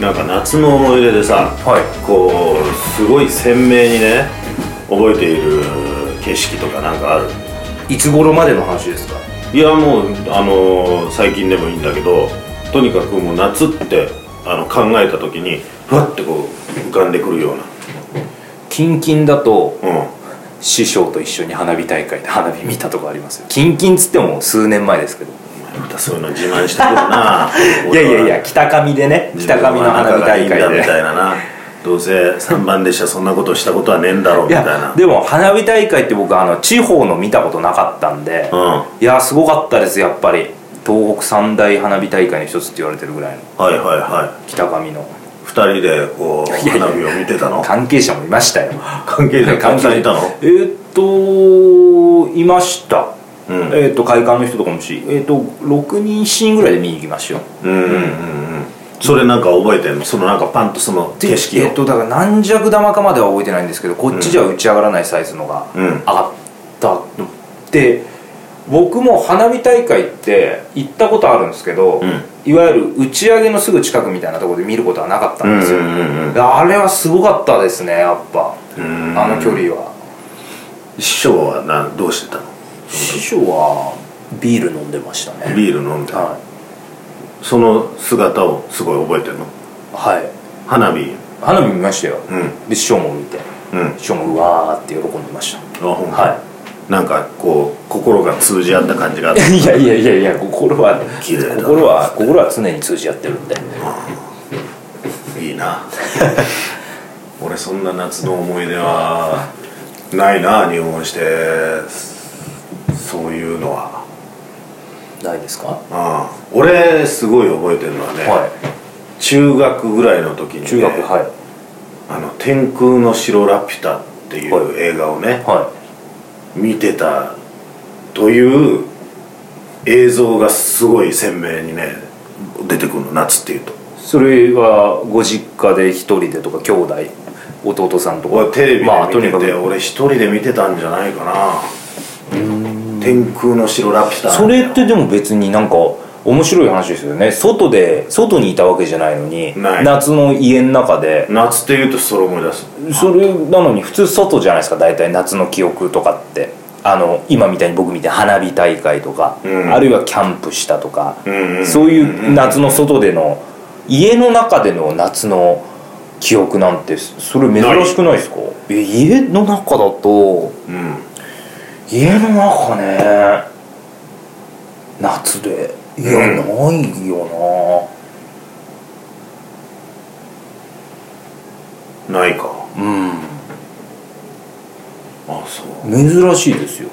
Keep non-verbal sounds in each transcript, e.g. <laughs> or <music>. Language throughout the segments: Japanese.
なんか夏の思い出でさ、はいこうすごい鮮明にね覚えている景色とかなんかあるいつ頃までの話ですかいやもうあのー最近でもいいんだけどとにかくもう夏ってあの考えた時にふわってこう浮かんでくるようなキンキンだとうん師匠と一緒に花火大会で花火見たとこありますよキンキンつっても数年前ですけどまたそういうの自慢してくるな <laughs> いやいやいや北上でね自北分上のは花仲火がいいん大だ会みでたいななどうせ3番でしたそんなことしたことはねえんだろうみいたいやなでも花火大会って僕あの地方の見たことなかったんで、うんいやすごかったですやっぱり東北三大花火大会の一つって言われてるぐらいのはいはいは北上のい2人でこういやいや花火を見て <laughs> たの関係者もいました <laughs> よ関係者関係いたのえーっといました、うんえーっと会館の人とかもしえーっと6人7人ぐらいで見に行きましたようんうんうんそれなんか覚えてんのそのなんかパンとその景色えをーっとだから軟弱玉かまでは覚えてないんですけどこっちじゃ打ち上がらないサイズのがうん上がった、で僕も花火大会って行ったことあるんですけど、うんいわゆる打ち上げのすぐ近くみたいなところで見ることはなかったうんんですうよ、んうんであれはすごかったですねやっぱうんあの距離は師匠はなどうしてたの師匠はビール飲んでましたねビール飲んではその姿をすごい覚えてるのい、はい、花火花火見ましたよ、うんで師匠も見てうん師匠もうわーって喜んでましあほんたとはなんかこう心が通じ合った感じがあっていいやいやいやいや心は綺麗だな心は心は常に通じ合ってるんでいいな俺そんな夏の思い出はないな入門してそういうのはないですかああ俺すごい覚えてるのはね、は中学ぐらいの時に、いね、中学はいあの「天空の城ラピュタ」っていう映画をね、は見てたという映像がすごい鮮明にね出てくるの夏っていうといそれはご実家で一人でとか兄弟弟さんと俺かテレビまあでと見にてかて、く俺一人で見てたんじゃないかな天空の城ラピュタそれってでも別になんか面白い話ですよね外で外にいたわけじゃないのにない夏の家の中で夏っていうとそれ思い出すそれなのに普通外じゃないですか大体夏の記憶とかってあの今みたいに僕みたいに花火大会とか、うんあるいはキャンプしたとか、うんうんそういう夏の外での家の中での夏の記憶なんてそれ珍しくないですかえ家の中だとうん家の中ね夏でいや、うんないよなないかうんあそう珍しいですよ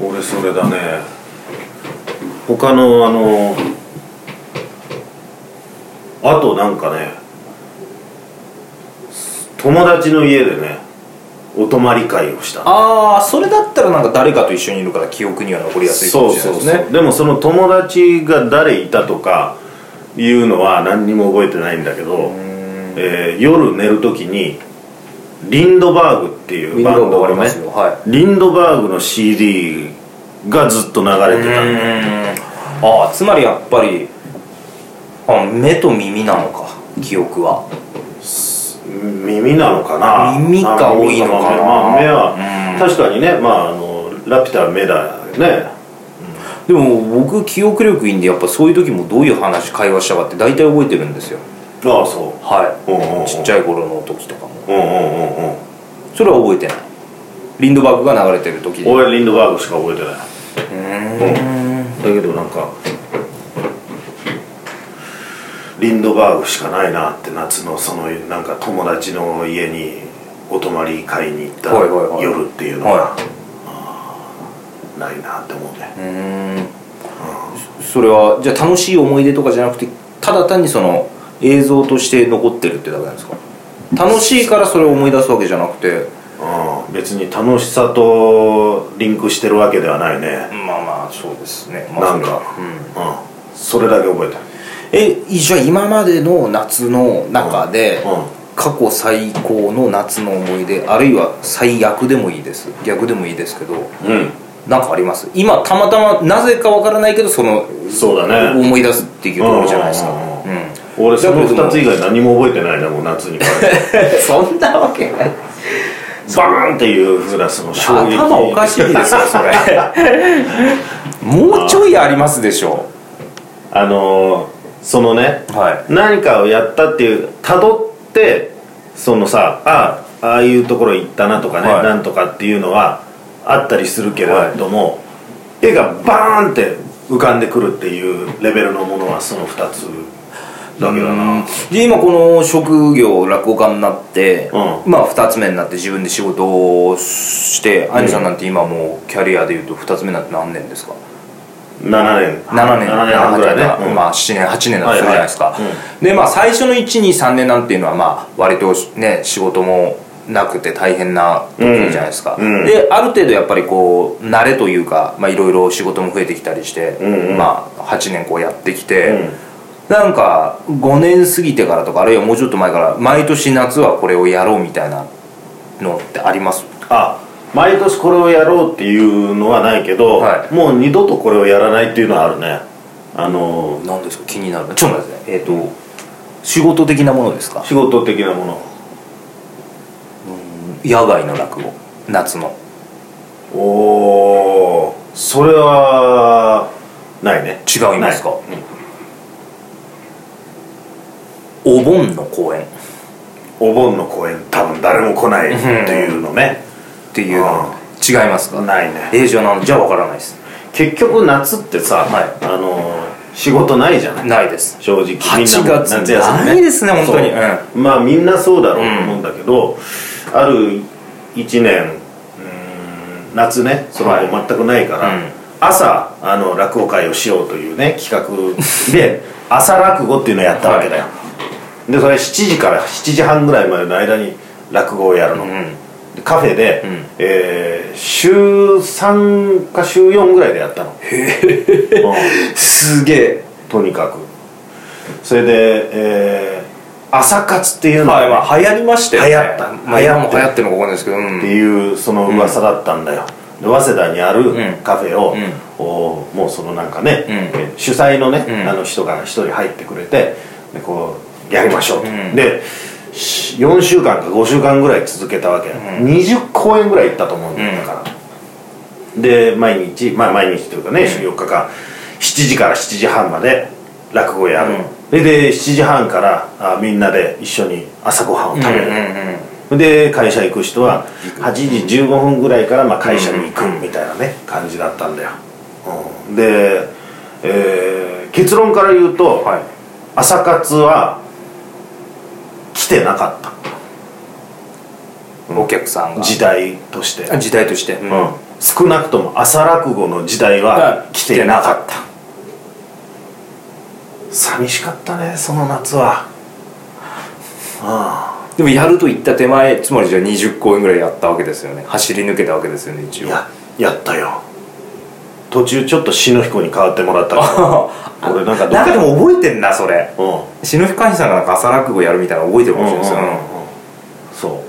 俺それだね他のあのあとなんかね友達の家でねお泊まり会をしたああそれだったらなんか誰かと一緒にいるから記憶には残りやすいかそもうしれなそいうそですねうでもその友達が誰いたとかいうのは何にも覚えてないんだけど、えー夜寝る時にリンドバーグっていうバンドあのねはリンドバーグの CD がずっと流れてたんだよああつまりやっぱりあ目と耳なのか記憶は耳なのかな耳か多いのかなまあ目は、うん確かにねまああのラピュタは目だよねでも僕記憶力いいんでやっぱそういう時もどういう話会話したかって大体覚えてるんですよああそはううんうんうんいちっちゃい頃の時とかもうんうんうんうんそれは覚えてないリンドバーグが流れてる時俺はリンドバーグしか覚えてないだけどなんかリンドバーグしかないなって夏のそのなんか友達の家にお泊まり会に行ったはいはいはい夜っていうのははないなって思うねいうんそれはじゃあ楽しい思い出とかじゃなくてただ単にその映像として残ってるってだけなんですか楽しいからそれを思い出すわけじゃなくてうん別に楽しさとリンクしてるわけではないねまあまあそうですね、まあ、なんかそれはううんそれだんけ覚えてるえじゃあ今までの夏の中で、うんうん過去最高の夏の思い出あるいは最悪でもいいです逆でもいいですけどうんなんかあります今たまたまなぜかわからないけどそのそうだね思い出すっていうところじゃないですかうんうんうん <laughs> 俺そのだけど2もつ以外何も覚えてないなもう夏 <laughs> に関してそんなわけないバーンっていうふうなその衝撃頭おかしいですよそれもうちょいありますでしょ <laughs> あのーそのねはい何かをやったっていうたどってそのさあああいうところ行ったなとかね、はいなんとかっていうのはあったりするけれども、絵がバーンって浮かんでくるっていうレベルのものはその2つだけだなで今この職業落語家になって、うまあ2つ目になって自分で仕事をしてアニさんなんて今もうキャリアでいうと2つ目になって何年ですか7年7年7年半ぐらいね、うんまあ7年8年だとするじゃないですか、はいはいでまあ最初の123年なんていうのはまあ割とね仕事もなくて大変な時じゃないですか、うんうんである程度やっぱりこう慣れというかまあいろいろ仕事も増えてきたりして、んうんまあ8年こうやってきて、なんか5年過ぎてからとかあるいはもうちょっと前から毎年夏はこれをやろうみたいなのってありますあ毎年これをやろうっていうのはないけど、はもう二度とこれをやらないっていうのはあるねあの何ですか気になるちょっと待ってくださいえっ、と仕事的なものですか仕事的なもの野外の落語夏のおおそれはないね違いますかないお盆の公演っお盆の公演多分誰も来ないっていうのね、ていうの違いますかないねえー、じゃあなんじゃあ分からないです結局夏ってさ、はいあのー仕事ないじゃないないです正直みんなも8月夏休みねないですね本当にそううまあみんなそうだろうと思うんだけど、ある1年うーん夏ねそのはい後全くないから、うん朝あの落語会をしようというね企画 <laughs> で朝落語っていうのをやったわけだよ、でそれ7時から7時半ぐらいまでの間に落語をやるの、んでカフェで、んえー週3か週4ぐらいでやったのへえすげえとにかくそれで、えー朝活っていうのがはねいまあ流行りましたよね流行ったまあ流行今っもて流行ってるのか分かんないですけどうんっていうその噂だったんだよ、で早稲田にあるんカフェを、うんおもうそのなんかね、うんえ主催のね、うんあの人が一人入ってくれてでこうやりましょうと、うんでし4週間か5週間ぐらい続けたわけ、20公演ぐらい行ったと思うんだよだから、で毎日まあ毎日というかね、週4日間7時から7時半まで落語やる、でで7時半からあみんなで一緒に朝ごはんを食べる、うんうんうんで会社行く人は8時15分ぐらいからまあ会社に行くみたいなね感じだったんだよ、うんで、えー結論から言うと、はい朝活は来てなかったお客さんが時代として、あ時代としてうんうん少なくとも朝落語の時代はが来てなかった寂しかったねその夏はあでもやると言った手前つまりじゃあ20公演ぐらいやったわけですよね走り抜けたわけですよね一あ応 <laughs> ややったよ途中ちょっと篠彦に代わってもらったけ <laughs> ど俺なんかどっなかんかでも覚えてんなそれうん篠彦寛さんがなんか朝落語やるみたいなの覚えてるかもしれないですよ、そ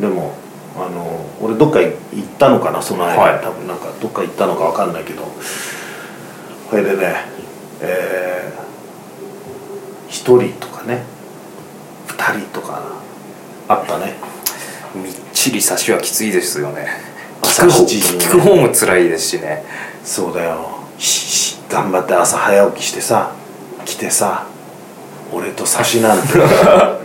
うでもあの俺どっか行ったのかなその間、はい多分なんかどっか行ったのかわかんないけどそれでねえー、1人とかね2人とかあったねみっちり差しはきついですよね朝聞く方7時に聞く方も辛いですしねそうだよしし頑張って朝早起きしてさ来てさ俺と差し <laughs> なんてか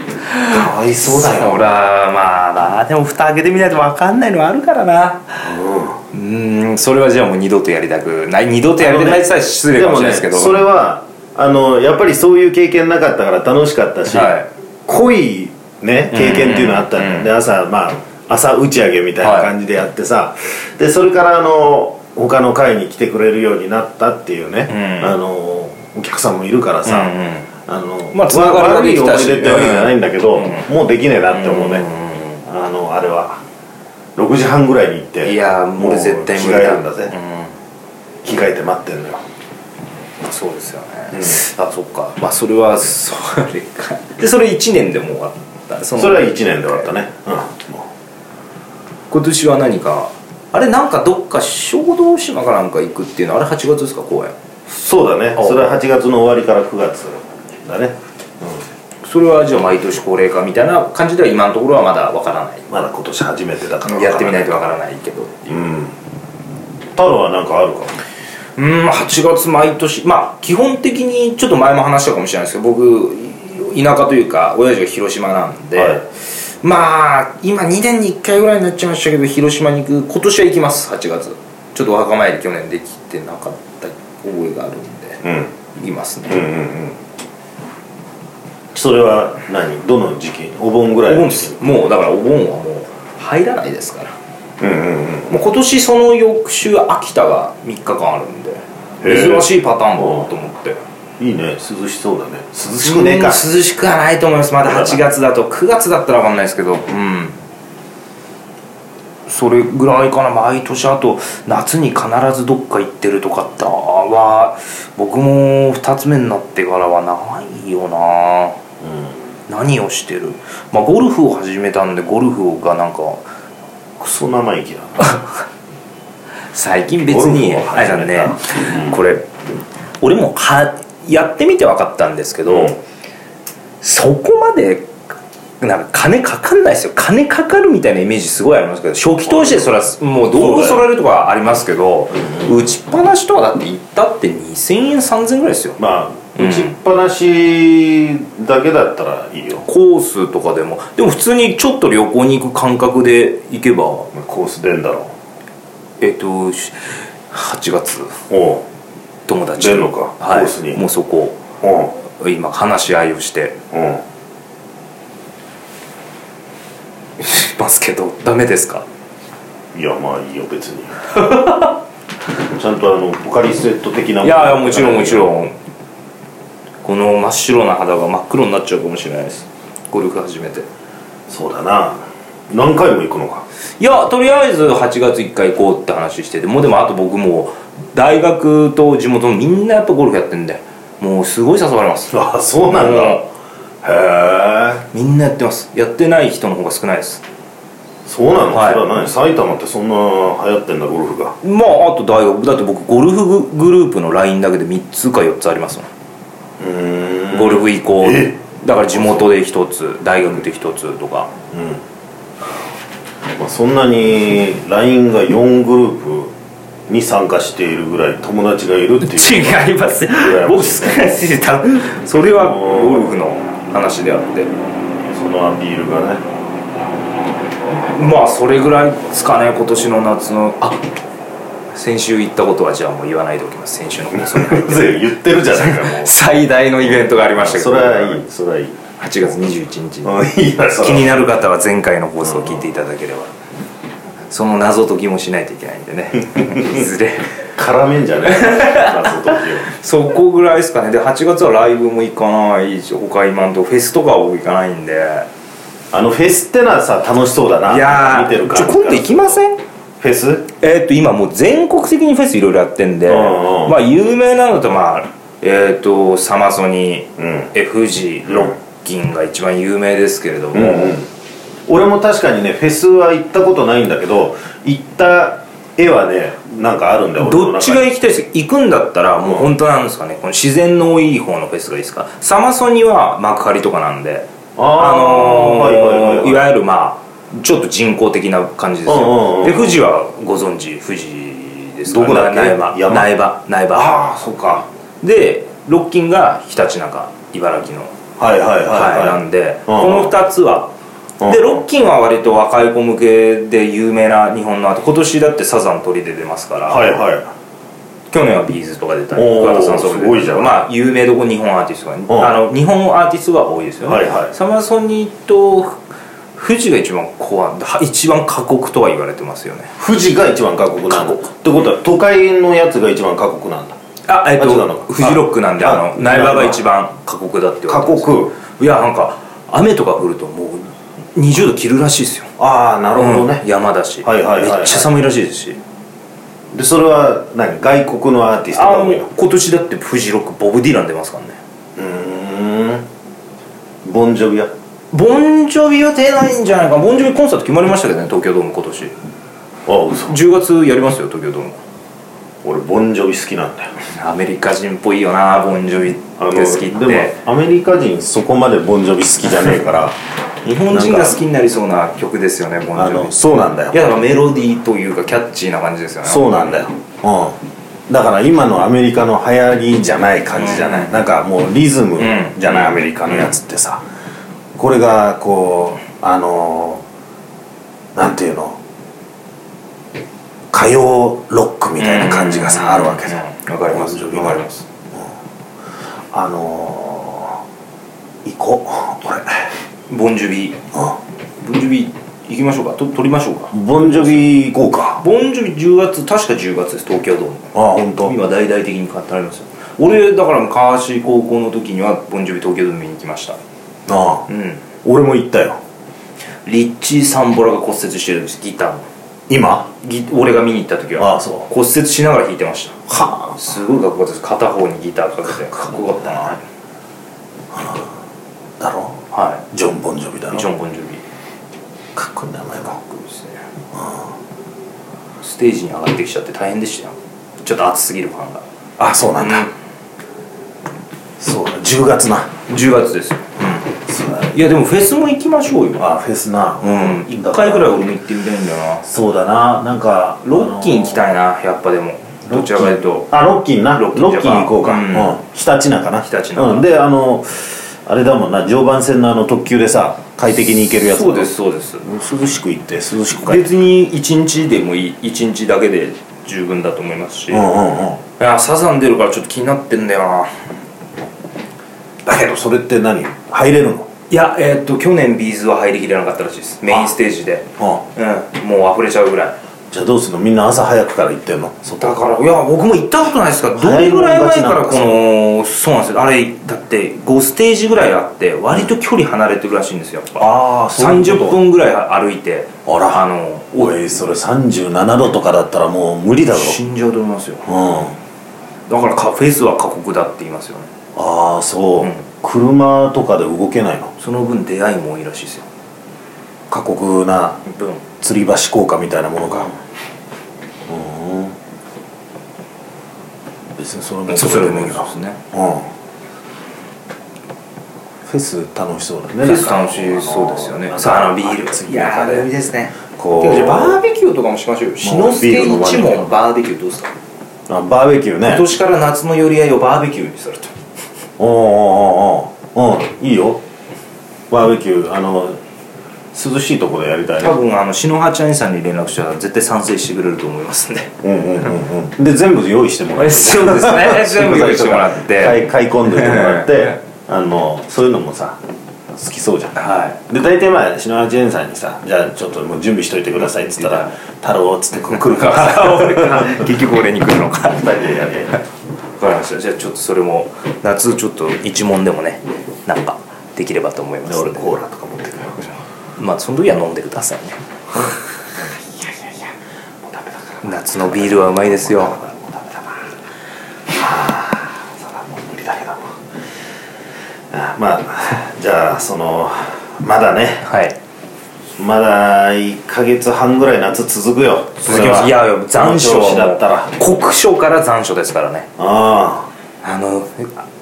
わいそうだよほらまあなでも蓋開けてみないと分かんないのはあるからなうんうーんそれはじゃあもう二度とやりたくない二度とやりたくないって言ったら失礼かもしれないですけどもね、それはあのやっぱりそういう経験なかったから楽しかったし、はい濃い、ね、経験っていうのあったんだよ、うんうんで朝まあ朝打ち上げみたいな感じでやってさ、でそれからあの他の会に来てくれるようになったっていうね、うんあのお客さんもいるからさ、うんうんあのまあつながりが悪でいき思たいし出ってわけじゃないんだけど、うんもうできねえなって思うね、うんあのあれは6時半ぐらいに行っていやもう絶対もう着替無え理だるんだぜ、着替えて待ってんのよそうですよね、あそっかまあそれはそれかでそれ1年でもう終わったそのそれは1年で終わったね、うん、今年は何かあれなんかどっか小豆島かなんか行くっていうのあれ8月ですか公演そうだねおそれは8月の終わりから9月だねそれはじゃあ毎年恒例化みたいな感じでは今のところはまだわからないまだ今年初めてだからやってみないとわかからないけどっていうらないうん太郎は何かあるかうん8月毎年まあ基本的にちょっと前も話したかもしれないですけど僕い田舎というか親父が広島なんで、はいまあ今2年に1回ぐらいになっちゃいましたけど広島に行く今年は行きます8月ちょっとお墓参り去年できてなかった覚えがあるんでうん行きますね、うんうんうんそれは何どの時期お盆ぐらいお盆ですもうだからお盆はもう入らないですからうんうんうんもう今年その翌週秋田が3日間あるんでへえ珍しいパターンだなと思っていいね涼しそうだね涼しくねえかうん涼しくはないと思いますまだ8月だと9月だったら分かんないですけどうんそれぐらいかな毎年あと夏に必ずどっか行ってるとかっては僕も2つ目になってからはないよな何をしてるまあゴルフを始めたんでゴルフがなんかクソ生意気だな最近別にゴルフをあれ始だめねたこれ俺もはやってみて分かったんですけど、うんそこまでなんか金かかんないですよ金かかるみたいなイメージすごいありますけど初期投資でそれはもう道具揃えるとかありますけど打ちっぱなしとかだって行ったって2000円3000円ぐらいですよまあうん打ちっぱなしだけだったらいいよ、コースとかでもでも普通にちょっと旅行に行く感覚で行けばまあコース出んだろえっ、とし8月うおう友達と出んのかはい、コースにもうそこおう今話し合いをしておうますけどダメですかいやまあいいよ別に <laughs> ちゃんとあのポカリスエット的ないやいやもちろんもちろんこの真っ白な肌が真っ黒になっちゃうかもしれないですゴルフ始めてそうだな何回も行くのか <laughs> いやとりあえず8月1回行こうって話しててもうでもあと僕もう大学と地元のみんなやっぱゴルフやってんでもうすごい誘われますあそうなんだもへえうみんなやってますやってない人の方が少ないですそうなの、はいそれは何埼玉ってそんな流行ってんだゴルフがまああと大学だって僕ゴルフググループの LINE だけで3つか4つありますもんうーんゴルフ以降えだから地元で1つ大学で1つとかまあ、そんなに LINE が4グループに参加しているぐらい友達がいるっていう違います羨ま僕しい少ないし多分それはゴルフの話であってそのアピールがね <laughs> まあそれぐらいですかね今年の夏のあ先週行ったことはじゃあもう言わないでおきます先週の放送に言ってるじゃないか <laughs> もう最大のイベントがありましたけどそれはいいそれはいい8月21日にうんいいやそ気にれなる方は前回の放送を聞いていただければその謎解きもしないといけないんでねいずれ絡めんじゃねえ <laughs> 謎解きをそこぐらいですかねで8月はライブも行かないし他今んとこフェスとかは僕行かないんであのフェスってのはさ楽しそうだないやー見てる感じちょ今度行きませんフェスえーっと今もう全国的にフェスいろいろやってんで、うんうんまあ有名なのだとまあえーっ、とサマソニうん FG ロッキンが一番有名ですけれども、うんうん俺も確かにねフェスは行ったことないんだけど行った絵はねなんかあるんだよどっちがいい行きたいです行くんだったらもう本当なんですかねこの自然の多い方のフェスがいいですかサマソニは幕張とかなんでああのーーはいはいはいはいいわゆるまあちょっと人工的な感じですうんうんうんよで富士はご存知富士ですかどこだっけ苗場山苗場苗場ああそうかでロッキンがひたちなか茨城の、はいはいはいはいは、ないんで、うんうんこの2つは、うんでロッキンは割と若い子向けで有名な日本のアーティスト今年だってサザン取り出てますから、はいはい去年はビーズとか出たりおー桑田さんソロすごいじゃんまあ有名どこ日本アーティストが、んあの日本アーティストが多いですよね、はいはいサマソニーとふ富士が一番コアは一番過酷とは言われてますよね富士が一番過酷なんだってことは都会のやつが一番過酷なんだあえっあ違うのとかフジロックなんでああのあ苗場が一番過酷だって言わ過れてます酷いやなんか雨とか降るともう20度切るらしいですよああなるほどねうん、山だし、はいはいはいはいめっちゃ寒いらしいですしでそれは何外国のアーティストあがの多いの今年だってフジロックボブ・ディラン出ますからねうーんボンジョビアボンジョビは出ないんじゃないかなボンジョビコンサート決まりましたけどね東京ドーム今年あ嘘10月やりますよ東京ドーム俺ボンジョビ好きなんだよアメリカ人っぽいよなボンジョビあのって好きっでてもアメリカ人そこまでボンジョビ好きじゃねえから日本人が好きになりそうな曲ですよねボンあジョビのそうなんだよいやだからメロディーというかキャッチーな感じですよねそうなんだようんだから今のアメリカの流行りじゃない感じじゃない、うんなんかもうリズムうんじゃない、アメリカのやつってさ、これがこうあのーなんていうの歌謡ロックみたいな感じがさ、あるわけじゃんうんわかりますうんわかりますあのー、行こうこれボンジョビボンジョビ行きましょうかと撮りましょうかボンジョビ行こうかボンジョビ10月確か10月です東京ドームあ本当。今大々的に語られますよ俺だから昔高校の時にはボンジョビ東京ドームに行きましたああうん俺も行ったよリッチー・サンボラが骨折してるんですギターの今ギ俺が見に行った時あはあそ骨折しながら弾いてましたうはあすごいかっこよかったです片方にギターかけてかっこよかったなだろはジョン・ボンジョビだいろジョン・ボンジョビかっこいい名前もですねステージに上がってきちゃって大変でしたよちょっと熱すぎるファンがあそうなんだ、そうだ10月な10月ですよそうだいやでもフェスも行きましょうよあフェスなうん1回ぐらい俺も行ってみたいんだよなそうだななんかロッキン行きいたいなやっぱでもどちらかというとあロッキンなロロッッキキンンじゃあ行こうかううんんひたちなかなひたちなかうんであのあれだもんな常磐線のあの特急でさ快適に行けるやつそうですそうです涼しく行って涼しく帰って別に1日でもいい1日だけで十分だと思いますし、うんいうんうんやサザン出るからちょっと気になってんだよなだけどそれって何入れるのいやえーっと去年ビーズは入りきれなかったらしいですメインステージでうんうんもう溢れちゃうぐらいじゃあどうするのみんな朝早くから行ってんのそだからいや僕も行ったことないですからどれぐらい前からこ早のそうなんですよあれだって5ステージぐらいあって割と距離離れてるらしいんですよやっぱああ30分ぐらい歩いてあらあのおいそれ37度とかだったらもう無理だろ死んじゃうと思いますようんだからかフェスは過酷だって言いますよねああそう、うん車とかで動けないのその分出会いも多いらしいですよ過酷な分吊り橋効果みたいなものがうん別にそれもそれももいいいけいでどすねうんフェス楽しそうだねフェス楽しそうですよねさああのビール次のでですねこうじゃあバーベキューとかもしましょうよ志の輔一門バーベキューどうですかあバーベキューね今年から夏の寄り合いをバーベキューにするとおうおうおうおううんいいよバーベキューあの涼しいとこでやりたいね <laughs> 多分あの篠原ちゃんさんに連絡したら絶対賛成してくれると思いますんでうんうんうんうんで全部用意してもら <laughs> そうっでて <laughs> すね全部用意してもらって買い買い込んでてもらってあのそういうのもさ好きそうじゃんはで大体まあ篠原ジェーンさんにさ「じゃあちょっともう準備しといてください」っつったうらん「太郎」っつってこう来るから <laughs> さい <laughs> 結局俺に来るのか2人でやる分かりましたじゃあちょっとそれも夏ちょっと一問でもねなんかできればと思いまです俺んでコーラとか持ってくるわけじゃんまあその時は飲んでくださいねいやいやいやもうダメだから夏のビールはうまいですよもうダメだなはあそれはもう無理だけどあまあじゃあそのまだねはいまだ1ヶ月半ぐらい夏続くよ続きますいやいや残暑この調子だったら酷暑から残暑ですからねああの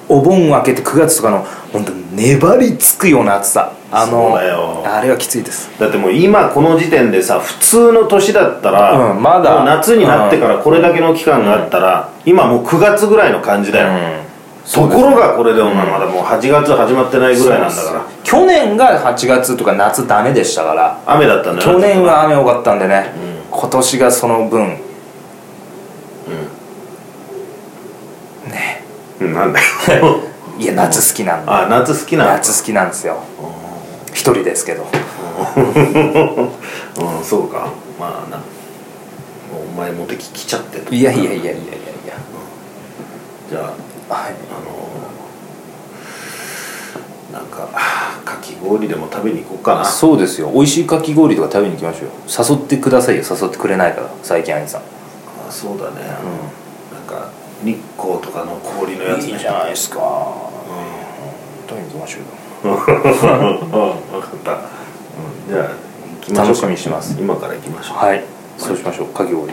お盆明けて9月とかの本当粘りつくような暑さあのそうだよあれはきついですあだってもう今この時点でさ普通の年だったら、うんまだもう夏になってからこれだけの期間があったら、今もう9月ぐらいの感じだよ、そうでとすねころがこれでもまだもう8月始まってないぐらいなんだから去年が8月とか夏ダメでしたから雨だったんだよ去年は雨多かったんでね、今年がその分うんなんだ <laughs> よいや夏好きなんであ夏好きな夏好きなんですよ一人ですけどうんそうかまあなお前モテキ来ちゃってるいやいやいやいやいやいやじゃあはあいのー、なんかかき氷でも食べに行こうかなそうですよ美味しいかき氷とか食べに行きましょうよ誘ってくださいよ誘ってくれないから最近あいさんあそうだね、なんか日光とかの氷のやつねゃ <laughs> ないですか食べに行きましょうようん分かった、うん、じゃあ行きましょう楽しみにします今から行きましょうはいそうしましょうかき氷